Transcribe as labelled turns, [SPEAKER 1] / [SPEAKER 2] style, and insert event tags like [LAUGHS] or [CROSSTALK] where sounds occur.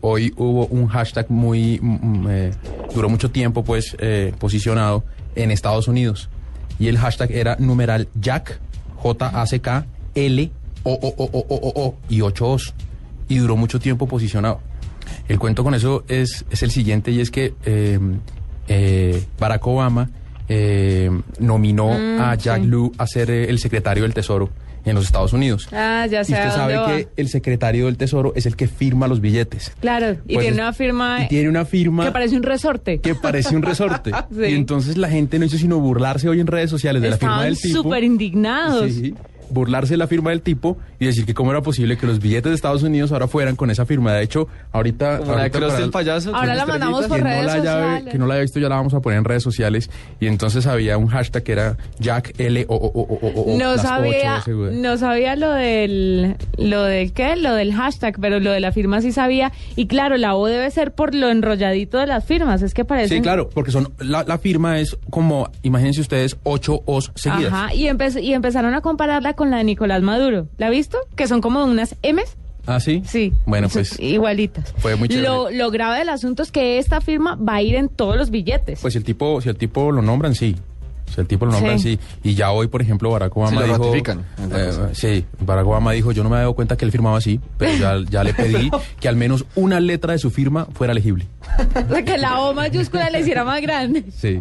[SPEAKER 1] hoy hubo un hashtag muy, mm, eh, duró mucho tiempo pues eh, posicionado en Estados Unidos. Y el hashtag era numeral Jack, J-A-C-K, L, O, O, O, O, O, O, O, y 8 O's. Y duró mucho tiempo posicionado. El cuento con eso es, es el siguiente y es que eh, eh, Barack Obama eh, nominó
[SPEAKER 2] Mm,
[SPEAKER 1] a Jack
[SPEAKER 2] sí.
[SPEAKER 1] Lew a ser eh, el secretario del Tesoro en los Estados Unidos.
[SPEAKER 2] Ah, ya
[SPEAKER 1] Y
[SPEAKER 2] sé a
[SPEAKER 1] usted
[SPEAKER 2] dónde
[SPEAKER 1] sabe
[SPEAKER 2] va.
[SPEAKER 1] que el secretario del Tesoro es el que firma los billetes.
[SPEAKER 2] Claro, y
[SPEAKER 1] Pues
[SPEAKER 2] tiene
[SPEAKER 1] es-
[SPEAKER 2] una firma
[SPEAKER 1] Y tiene una firma
[SPEAKER 2] que parece un resorte.
[SPEAKER 1] que pues, parece un
[SPEAKER 2] [LAUGHS]
[SPEAKER 1] resorte.
[SPEAKER 2] Sí.
[SPEAKER 1] Y entonces la gente no hizo sino burlarse hoy en redes sociales de la firma
[SPEAKER 2] Estaban
[SPEAKER 1] del tipo.
[SPEAKER 2] súper indignados.
[SPEAKER 1] Sí, burlarse de la firma del tipo y decir que cómo era posible que los billetes de Estados Unidos ahora fueran con esa firma. De hecho, ahorita...
[SPEAKER 3] Como la de
[SPEAKER 1] ahorita
[SPEAKER 3] Krusty
[SPEAKER 1] para-
[SPEAKER 3] el payaso.
[SPEAKER 2] Ahora
[SPEAKER 3] con
[SPEAKER 2] la
[SPEAKER 3] estrellitas.
[SPEAKER 2] mandamos por
[SPEAKER 1] que
[SPEAKER 2] redes
[SPEAKER 1] no, la haya,
[SPEAKER 2] sociales.
[SPEAKER 1] que no la haya visto ya la vamos a poner en redes sociales y entonces había un hashtag que era Jack L O O O O O O
[SPEAKER 2] No
[SPEAKER 1] Oh, las
[SPEAKER 2] sabía,
[SPEAKER 1] ocho, seguro.
[SPEAKER 2] no sabía lo del, lo del qué, lo del hashtag, pero lo de la firma sí sabía. Y claro, la O debe ser por lo enrolladito de las firmas, es que parece.
[SPEAKER 1] Sí, claro, porque son la, la firma es como imagínense ustedes ocho os seguidas.
[SPEAKER 2] Ajá, y, empe- y empezaron a compararla con la de Nicolás Maduro. ¿La ha visto? Que son como unas M's.
[SPEAKER 1] ¿Ah, sí?
[SPEAKER 2] Sí.
[SPEAKER 1] Bueno,
[SPEAKER 2] son
[SPEAKER 1] pues
[SPEAKER 2] Igualitas.
[SPEAKER 1] fue muy chévere.
[SPEAKER 2] Lo, lo grave del asunto es que esta firma va a ir en todos los billetes.
[SPEAKER 1] Pues si el tipo, si el tipo lo nombran, sí. Si el tipo lo nombran,
[SPEAKER 2] Sí.
[SPEAKER 1] sí. Y ya hoy, por ejemplo, Barack Obama
[SPEAKER 3] Si lo
[SPEAKER 1] dijo.
[SPEAKER 3] ratifican, entonces.
[SPEAKER 1] eh, sí, Barack Obama dijo, yo no me había dado cuenta que él firmaba así, pero ya, ya le pedí que al menos
[SPEAKER 2] [LAUGHS]
[SPEAKER 1] una letra de su firma fuera legible.
[SPEAKER 2] que la O mayúscula le hiciera más grande.
[SPEAKER 1] Sí.